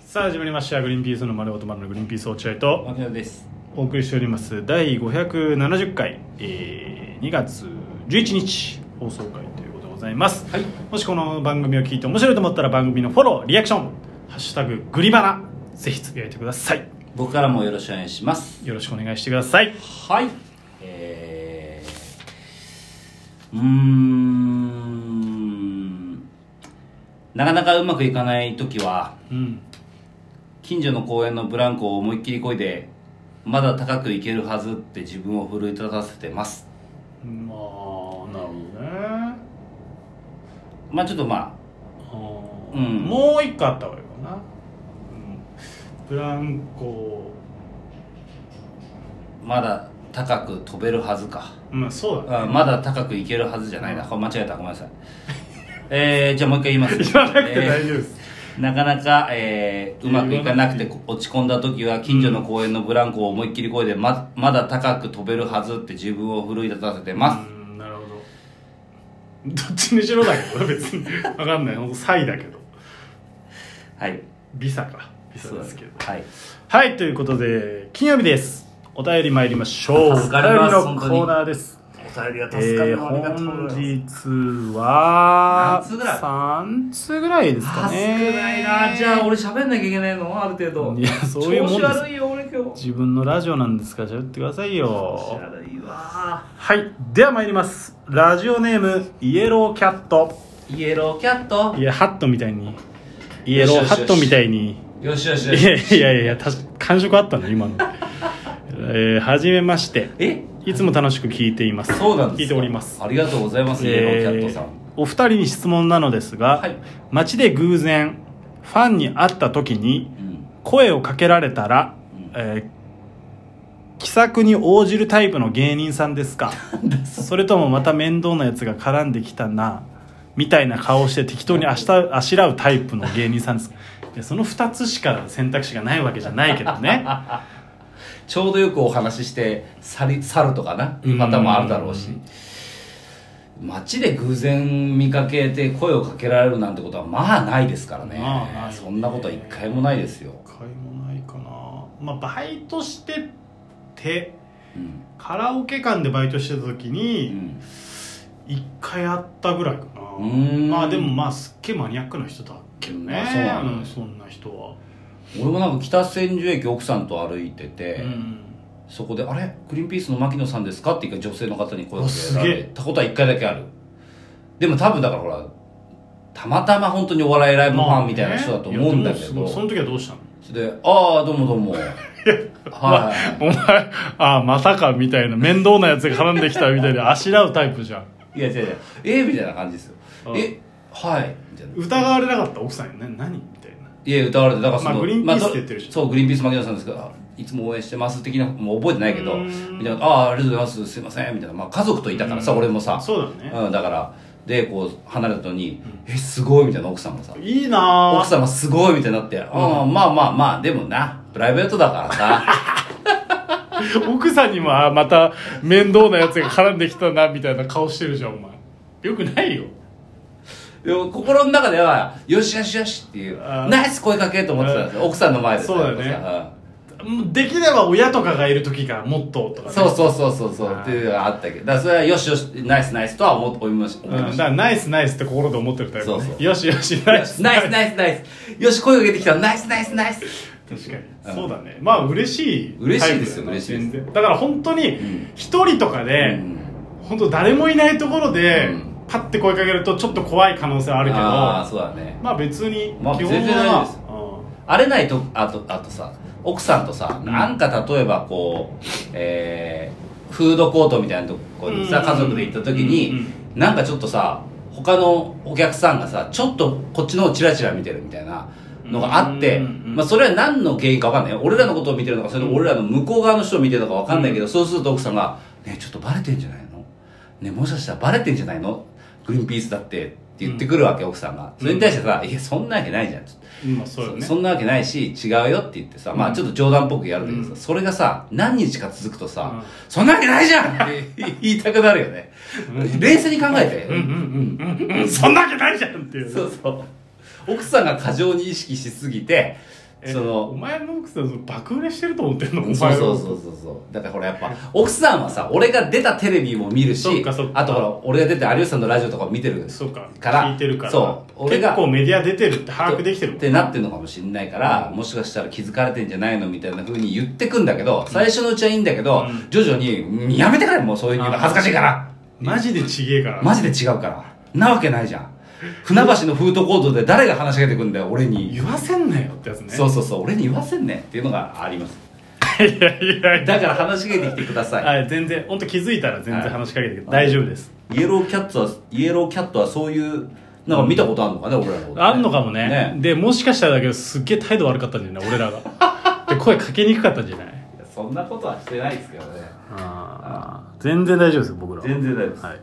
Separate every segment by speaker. Speaker 1: さあ始まりました「グリーンピースの丸ごと丸のグリーンピース落合」と
Speaker 2: 松野です
Speaker 1: お送りしております第570回、えー2月11日放送回ということでございます、
Speaker 2: はい
Speaker 1: もしこの番組を聞いて面白いと思ったら番組のフォローリアクション「ハッシュタググリバナ」ぜひつぶやいてください
Speaker 2: 僕からもよろしくお願いします
Speaker 1: よろしくお願いしてください
Speaker 2: はいえー、うーんなかなかうまくいかない時は
Speaker 1: うん
Speaker 2: 近所の公園のブランコを思いっきりこいでまだ高くいけるはずって自分を奮い立たせてます
Speaker 1: まあなるほ
Speaker 2: まあちょっとま
Speaker 1: どね、
Speaker 2: うん
Speaker 1: もう一個あった方がいいかな、うんブランコ
Speaker 2: あまだ高く飛べるはずか
Speaker 1: まあそうだね
Speaker 2: あまだ高くいけるはずじゃないなこれ間違えたごめんなさいえー、じゃあもう一回言います
Speaker 1: 言わなくて大丈夫です、
Speaker 2: なかなか、えーうまくいかなくて落ち込んだ時は近所の公園のブランコを思いっきり声でままだ高く飛べるはずって自分を奮い立たせてま
Speaker 1: うんなるほどどっちにしろだけどな別に分かんない本当サイだけど
Speaker 2: す、はい
Speaker 1: ビサかビサですけど
Speaker 2: はい
Speaker 1: はいということで金曜日ですお便り参りましょうお便り
Speaker 2: 助かります
Speaker 1: のコーナーです
Speaker 2: お便りが
Speaker 1: えー、本日は
Speaker 2: 何通ぐらい
Speaker 1: 3通ぐらいですかね
Speaker 2: 少ないなじゃあ俺喋んなきゃいけないのある程度
Speaker 1: いやそういうもんです
Speaker 2: 調子悪いよ俺今日
Speaker 1: 自分のラジオなんですから喋ってください
Speaker 2: 調
Speaker 1: よ
Speaker 2: 子悪いわ
Speaker 1: はいでは参りますラジオネームイエローキャット
Speaker 2: イエローキャット
Speaker 1: いや、ハットみたいに。イエローハットみたいに。
Speaker 2: よしよし
Speaker 1: い
Speaker 2: よ
Speaker 1: や
Speaker 2: し
Speaker 1: いやいやいや、確か感触あったの、今の。えー、はじめまして。
Speaker 2: え
Speaker 1: いつも楽しく聞いています。
Speaker 2: そうなんですか
Speaker 1: 聞いております。
Speaker 2: ありがとうございます、イエローキャットさん
Speaker 1: えーお二人に質問なのですが、
Speaker 2: はい
Speaker 1: 街で偶然、ファンに会った時に、
Speaker 2: うん
Speaker 1: 声をかけられたら、えー気さくに応じるタイプの芸人さんですかそれともまた面倒なやつが絡んできたなみたいな顔して適当にあしたあしらうタイプの芸人さんですかいやその2つしか選択肢がないわけじゃないけどね
Speaker 2: ちょうどよくお話しして、去り、去るとかな、
Speaker 1: うん
Speaker 2: またもあるだろうし。街で偶然見かけて声をかけられるなんてことはまあないですからね。
Speaker 1: まあない
Speaker 2: そんなことは一回もないですよ。
Speaker 1: 買いもないかなまあバイトしてて
Speaker 2: うん。
Speaker 1: カラオケ館でバイトしてた時
Speaker 2: う
Speaker 1: に
Speaker 2: ん。
Speaker 1: 1回あったぐらいかな
Speaker 2: うーん
Speaker 1: まあでもまあすっげえマニアックな人だけどね
Speaker 2: まあそうなんだ
Speaker 1: んそんな人は
Speaker 2: 俺もなんか北千住駅奥さんと歩いてて、
Speaker 1: うん
Speaker 2: そこで「あれグリーンピースの牧野さんですか?」って一回女性の方に声をかけられたことは一回だけあるでも多分だからほらたまたま本当にお笑いライブファンみたいな人だと思うんだけど、
Speaker 1: まあねいやでもそその時はどうしたの
Speaker 2: それで「ああどうもどう も」はい、
Speaker 1: お前ああまさかみたいな面倒なやつが絡んできたみたいであしらうタイプじゃん
Speaker 2: いや違う違うえみたいな感じですよ
Speaker 1: あ
Speaker 2: えはいみたいな
Speaker 1: 疑われなかった奥さんよね何みたいない
Speaker 2: や歌われてだからその、
Speaker 1: まあグリーンピースって言ってるし
Speaker 2: まあそうグリーンピース牧野さんですけどあいつも応援してます的なもう覚えてないけど
Speaker 1: うーん
Speaker 2: みたいな「ああーありがとうございますすいません」みたいな、まあ、家族といたからさ、
Speaker 1: うん
Speaker 2: 俺もさ
Speaker 1: そうだね
Speaker 2: うん、だからでこう離れた後に「えすごい」みたいな奥さんがさ
Speaker 1: いいな
Speaker 2: 奥様すごいみたいになって「ああまあまあまあでもなプライベートだからさ
Speaker 1: 奥さんにもああまた面倒なやつが絡んできたなみたいな顔してるじゃんお前よくないよ
Speaker 2: でも心の中では「よしよしよし」っていう
Speaker 1: あー
Speaker 2: ナイス声かけと思ってたんですよ奥さんの前でさ
Speaker 1: そうだよね
Speaker 2: やっぱさ
Speaker 1: うんできれば親とかがいる時がもっととか、
Speaker 2: うん
Speaker 1: ね、
Speaker 2: そうそうそうそうそう
Speaker 1: あー
Speaker 2: っていうのがあったけどだからそれは「よしよしナイスナイス」とは思思いまし
Speaker 1: う
Speaker 2: 思い
Speaker 1: ん、
Speaker 2: ま
Speaker 1: だ
Speaker 2: し
Speaker 1: か
Speaker 2: た
Speaker 1: らナイスナイスって心で思ってるタイプ、ね、
Speaker 2: そうそう
Speaker 1: よしよしナイス
Speaker 2: ナイスナイスナイスよし声かけてきたナイスナイスナイス
Speaker 1: 確かに、
Speaker 2: うん
Speaker 1: そうだねまあ嬉しい
Speaker 2: 嬉しいですよ
Speaker 1: タイプだな
Speaker 2: 嬉しいで
Speaker 1: 全
Speaker 2: す
Speaker 1: 然だから本当に
Speaker 2: ん
Speaker 1: 一人とかで、
Speaker 2: うん
Speaker 1: 本当誰もいないところで、
Speaker 2: うん
Speaker 1: パッて声かけるとちょっと怖い可能性はあるけど
Speaker 2: ああそうだね
Speaker 1: まあ別に
Speaker 2: まあ
Speaker 1: 基本
Speaker 2: 全然大丈夫です
Speaker 1: は、
Speaker 2: あれないとあとあとさ奥さんとさ、なんか例えばこうえーフードコートみたいなとこにさ、
Speaker 1: うん
Speaker 2: 家族で行った時に、
Speaker 1: うん
Speaker 2: なんかちょっとさ他のお客さんがさちょっとこっちの方チラチラ見てるみたいなのがあって、
Speaker 1: うんうん
Speaker 2: まあ、それは何の原因か分かんないよ俺らのことを見てるのかそれとも俺らの向こう側の人を見てるのか分かんないけど、そうすると奥さんが「ねえちょっとバレてんじゃないのねえもしかしたらバレてんじゃないのグリーンピースだって」って言ってくるわけ、奥さんがそれに対してさ「いやそんなわけないじゃん」つって
Speaker 1: うんまあそうよね
Speaker 2: そそんなわけないし違うよって言ってさ、まあちょっと冗談っぽくやるんだけどさ、
Speaker 1: うん
Speaker 2: それがさ何日か続くとさ、
Speaker 1: うん
Speaker 2: そんなわけないじゃんって言いたくなるよね、冷静に考えて、
Speaker 1: うんうんうんうんうんそんなわけないじゃんっていう
Speaker 2: そうそう奥さんが過剰に意識しすぎて
Speaker 1: え
Speaker 2: その
Speaker 1: お前の奥さんその爆売れしてると思ってんのお前
Speaker 2: そう
Speaker 1: は
Speaker 2: そうそうそうそうだからほらやっぱ奥さんはさ俺が出たテレビも見るし
Speaker 1: そっかそっか
Speaker 2: あとほら俺が出て有吉さんのラジオとかも見てる
Speaker 1: そうか
Speaker 2: から
Speaker 1: 聞いてるから
Speaker 2: そう俺が
Speaker 1: 結構メディア出てるって把握できてるも
Speaker 2: っ
Speaker 1: ん
Speaker 2: てなってるのかもしれないから、もしかしたら気づかれてんじゃないのみたいな風に言ってくんだけど、最初のうちはいいんだけど、
Speaker 1: うん
Speaker 2: 徐々にうん、やめてくれもうそういうの
Speaker 1: あー
Speaker 2: 恥ずかしいから
Speaker 1: マジでちげえから
Speaker 2: マジで違うからなわけないじゃん船橋のフードコートで誰が話しかけてくんだよ俺に、
Speaker 1: 言わせんなよってやつね
Speaker 2: そうそうそう俺に言わせんねっていうのがあります
Speaker 1: いやいやい
Speaker 2: だから話しかけてきてください
Speaker 1: やはい全然本当気づいたら全然話しかけてくれて
Speaker 2: はい
Speaker 1: 大丈夫です
Speaker 2: イエローキャッツは、イエローキャットはそういう、なんか見たことあるのかね、俺らのこと、
Speaker 1: あんのかもねでもしかしたらだけどすっげえ態度悪かったんじゃない俺 らがで声かけにくかったんじゃない
Speaker 2: そんなことはしてないですけどね。
Speaker 1: あー全然大丈夫ですよ僕らは
Speaker 2: 全然大丈夫です。
Speaker 1: はい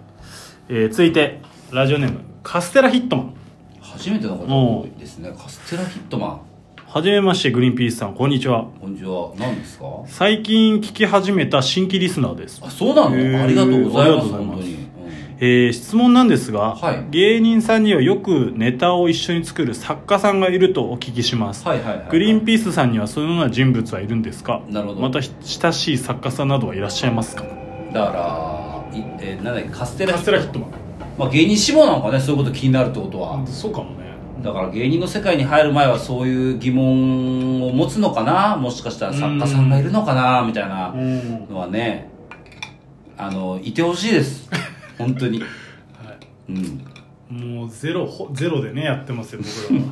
Speaker 1: えー続いてラジオネームカステラヒットマン
Speaker 2: 初めての方ですね。カステラヒットマ
Speaker 1: はじめましてグリーンピースさんこんにちは
Speaker 2: ン。こんにちは。何ですか
Speaker 1: 最近聞き始めた新規リスナーです
Speaker 2: あ、そうな
Speaker 1: へー
Speaker 2: のありがとうござい
Speaker 1: ありが
Speaker 2: ま
Speaker 1: とう
Speaker 2: す、
Speaker 1: ございます
Speaker 2: 本当に。うん
Speaker 1: えー質問なんですが、
Speaker 2: はい
Speaker 1: 芸人さんにはよくネタを一緒に作る作家さんがいるとお聞きします、
Speaker 2: はいはいはい。
Speaker 1: グリーンピースさんにはそのような人物はいるんですか
Speaker 2: なるほど
Speaker 1: また親しい作家さんなどはいらっしゃいますか
Speaker 2: だから、いえーなんだっけ、カステラ
Speaker 1: カステラヒットマ
Speaker 2: まあ芸人志望なのかね、そういうこと気になるってことは。
Speaker 1: ンそうかもね
Speaker 2: だから芸人の世界に入る前はそういう疑問を持つのかなもしかしたら作家さんがいるのかなみたいな
Speaker 1: うん
Speaker 2: のはねあのいてほしいです 本当に、うん
Speaker 1: もうゼロほゼロでねやってますよ僕 らは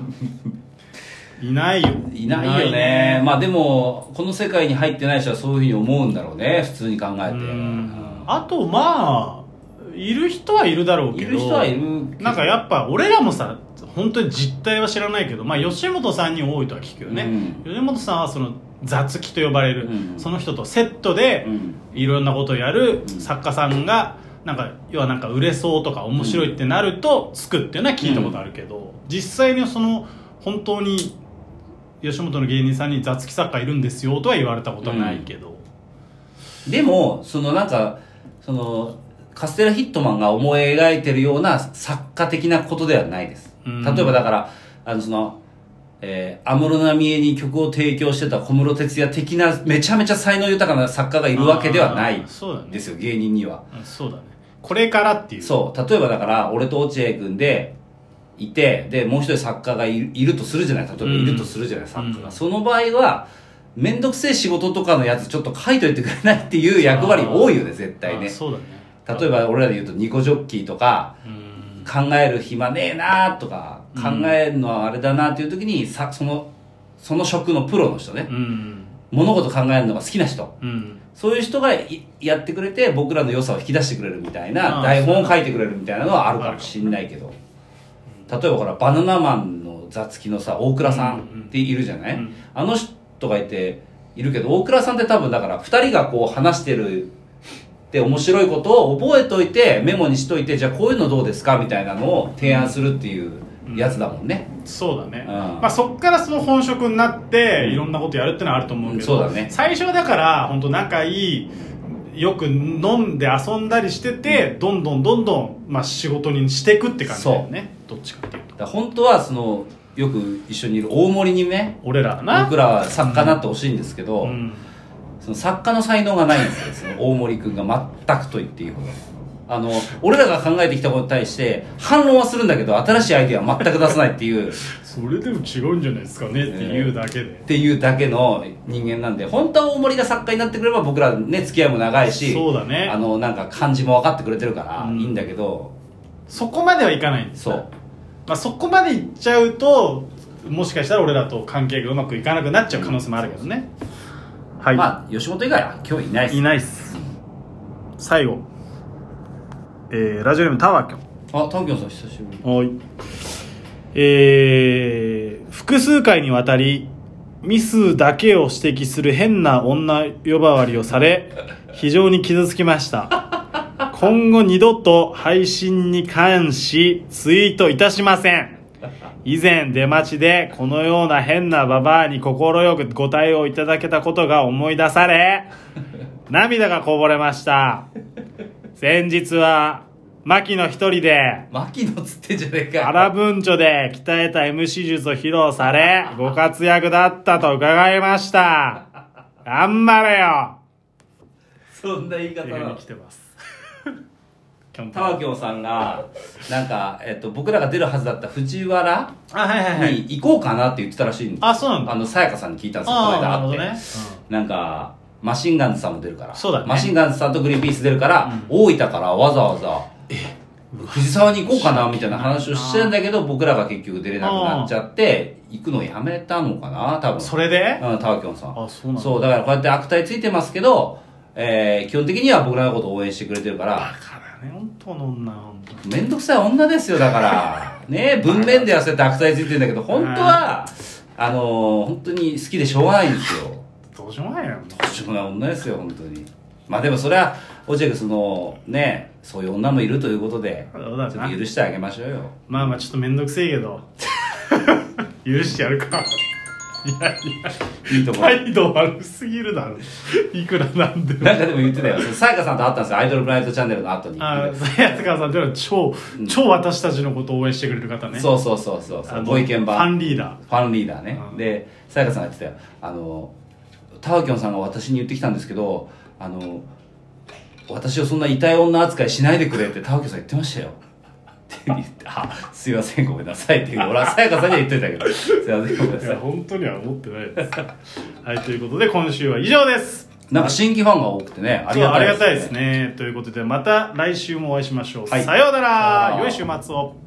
Speaker 1: いないよ
Speaker 2: いないよねまあでもこの世界に入ってない人はそういうふうに思うんだろうね普通に考えて
Speaker 1: うんあとまあいる人はいるだろう
Speaker 2: い
Speaker 1: けど
Speaker 2: る人はいるけど
Speaker 1: なんかやっぱ俺らもさ本当に実態は知らないけど、まあ、吉本さんに多いとは聞くよね、
Speaker 2: うん
Speaker 1: 吉本さんはその雑記と呼ばれる、
Speaker 2: うん
Speaker 1: その人とセットで
Speaker 2: うん
Speaker 1: いろんなことをやる
Speaker 2: ん
Speaker 1: 作家さんがなんか要はなんか売れそうとか面白いってなるとつくっていうのは聞いたことあるけど、実際にその本当に吉本の芸人さんに雑記作家いるんですよとは言われたことはないけど、
Speaker 2: でもそのなんかそのカステラヒットマンが思い描いてるような作家的なことではないです、
Speaker 1: うん
Speaker 2: 例えばだからあのそのえー安室奈美恵に曲を提供してた小室哲哉的なめちゃめちゃ才能豊かな作家がいるわけではない
Speaker 1: あーそうだね
Speaker 2: ですよ芸人には
Speaker 1: うんそうだねこれからっていう
Speaker 2: そう例えばだから俺と落合君でいてでもう一人作家がいるいるとするじゃない例えば
Speaker 1: うん
Speaker 2: いるとするじゃない、作家
Speaker 1: う
Speaker 2: が
Speaker 1: ん
Speaker 2: その場合は面倒くせえ仕事とかのやつちょっと書いといてくれないっていう役割多いよね絶対
Speaker 1: あ
Speaker 2: ね
Speaker 1: そうだね
Speaker 2: 例えば俺らで言うとニコジョッキーとか
Speaker 1: うん
Speaker 2: 考える暇ねえなとか考えるのはあれだなっていう時にさそのその職のプロの人ね、
Speaker 1: うん
Speaker 2: 物事考えるのが好きな人
Speaker 1: うん
Speaker 2: そういう人がいやってくれて僕らの良さを引き出してくれるみたい
Speaker 1: あ
Speaker 2: な
Speaker 1: あ
Speaker 2: 台本を書いてくれるみたいなのはあるかもしんないけど例えばほらバナナマンの雑記のさ大倉さんっているじゃない、
Speaker 1: うん
Speaker 2: あの人がいているけど大倉さんって多分だから2人がこう話してるで面白いことを覚えといてメモにしといてじゃあこういうのどうですかみたいなのを提案するっていうやつだもんね、
Speaker 1: そうだね、
Speaker 2: ん
Speaker 1: まあ、そっからその本職になって
Speaker 2: うん
Speaker 1: いろんなことやるってのはあると思うけど、
Speaker 2: うんそうだね
Speaker 1: 最初はだから本当仲いいよく飲んで遊んだりしてて、どんどんどんどん、まあ、仕事にしていくって感じだよねどっちかっていうと
Speaker 2: だから本当はそのよく一緒にいる大森にね
Speaker 1: 俺らはな
Speaker 2: 僕らは作家になってほしいんですけど、
Speaker 1: うん、
Speaker 2: その作家の才能がないんですよその大森君が全くと言っていいほどあの俺らが考えてきたことに対して反論はするんだけど新しいアイデアは全く出さないっていうっ
Speaker 1: それでも違うんじゃないですかねっていうだけで、
Speaker 2: ていうだけの人間なんで本当は大森が作家になってくれば僕らね付き合いも長いし
Speaker 1: そうだね
Speaker 2: あのなんか漢字も分かってくれてるから
Speaker 1: うん
Speaker 2: いいんだけど、
Speaker 1: そこまではいかないんです
Speaker 2: そ
Speaker 1: ね
Speaker 2: う
Speaker 1: まあ、そこまでいっちゃうともしかしたら俺らと関係がうまくいかなくなっちゃう可能性もあるけどね、はい、
Speaker 2: まあ吉本以外は今日いないです
Speaker 1: いないっす最後、えー、ラジオネームタワーキョン
Speaker 2: あタンキョンさん久しぶり
Speaker 1: はいえー複数回にわたりミスだけを指摘する変な女呼ばわりをされ非常に傷つきました今後二度と配信に関しツイートいたしません以前出待ちでこのような変なババアに快くご対応いただけたことが思い出され涙がこぼれました先日は牧野一人で
Speaker 2: 牧野つってんじゃねえかよ
Speaker 1: アラ文書で鍛えた MC 術を披露されご活躍だったと伺いました頑張れよ
Speaker 2: そんな言い
Speaker 1: っ
Speaker 2: 方
Speaker 1: ていう
Speaker 2: な
Speaker 1: ふうに
Speaker 2: の
Speaker 1: 来て ますキョン
Speaker 2: タ
Speaker 1: パン
Speaker 2: ワキョンさんがなんか、えっと、僕らが出るはずだった藤原
Speaker 1: あはいはいはい
Speaker 2: に行こうかなって言ってたらしいんです
Speaker 1: あそうなんだ
Speaker 2: あのさやかさんに聞いたんですよこの
Speaker 1: ああな
Speaker 2: 間
Speaker 1: るほ
Speaker 2: 会
Speaker 1: どね、
Speaker 2: って、なんかマシンガンズさんも出るから
Speaker 1: そうだね
Speaker 2: マシンガンズさんとグリーンピース出るから、大分からわざわざ藤沢に行こうかなみたいな話をしてんだけど僕らが結局出れなくなっちゃって行くのやめたのかな
Speaker 1: う
Speaker 2: 多
Speaker 1: ん、
Speaker 2: 分
Speaker 1: それで
Speaker 2: うんタワキョンさん
Speaker 1: あそうなんだ
Speaker 2: そうだからこうやって悪態ついてますけど、えー基本的には僕らのことを応援してくれてるから
Speaker 1: だからね本当の女は本当に
Speaker 2: めんどくさい女ですよだから ね文面ではそうやって悪態ついてるんだけど本当はあのー本当に好きでしょうがないんですよ
Speaker 1: どうしようもないよ
Speaker 2: どうしようもない女ですよ本当にまあでもそれは落合君そのねそういう女もいるということでち
Speaker 1: そう
Speaker 2: ょ
Speaker 1: だ
Speaker 2: っと
Speaker 1: な
Speaker 2: 許してあげましょうよ
Speaker 1: まあまあちょっと面倒くせえけ ど許してやるかいやいや
Speaker 2: いいところ
Speaker 1: 態度悪すぎるだろいくらなんでも
Speaker 2: なんかでも言ってたよさやかさんと会ったんですよアイドルプラネットチャンネルの後に
Speaker 1: あ早川さんというのは超、超私たちのことを応援してくれる方ねう
Speaker 2: そうそうそうそうそうご意見
Speaker 1: フ
Speaker 2: 番
Speaker 1: ァンリーダー
Speaker 2: ファンリーダーね、
Speaker 1: うん
Speaker 2: でさやかさんが言ってたよあのタワキョンさんが私に言ってきたんですけどあの私をそんな痛い女扱いしないでくれってタワキョンさん言ってましたよって言って「あすいませんごめんなさい」って言う俺はさやかさんには言っといたけど「すいませんごめんないさ
Speaker 1: や
Speaker 2: い
Speaker 1: 本当には思ってないですはいということで今週は以上です」
Speaker 2: なんか新規ファンが多くてねありが
Speaker 1: そうあり
Speaker 2: た
Speaker 1: がたい
Speaker 2: い
Speaker 1: で
Speaker 2: ですすね
Speaker 1: ねということでまた来週もお会いしましょう、
Speaker 2: はい
Speaker 1: さような
Speaker 2: さような
Speaker 1: ら
Speaker 2: ら
Speaker 1: 良い週末を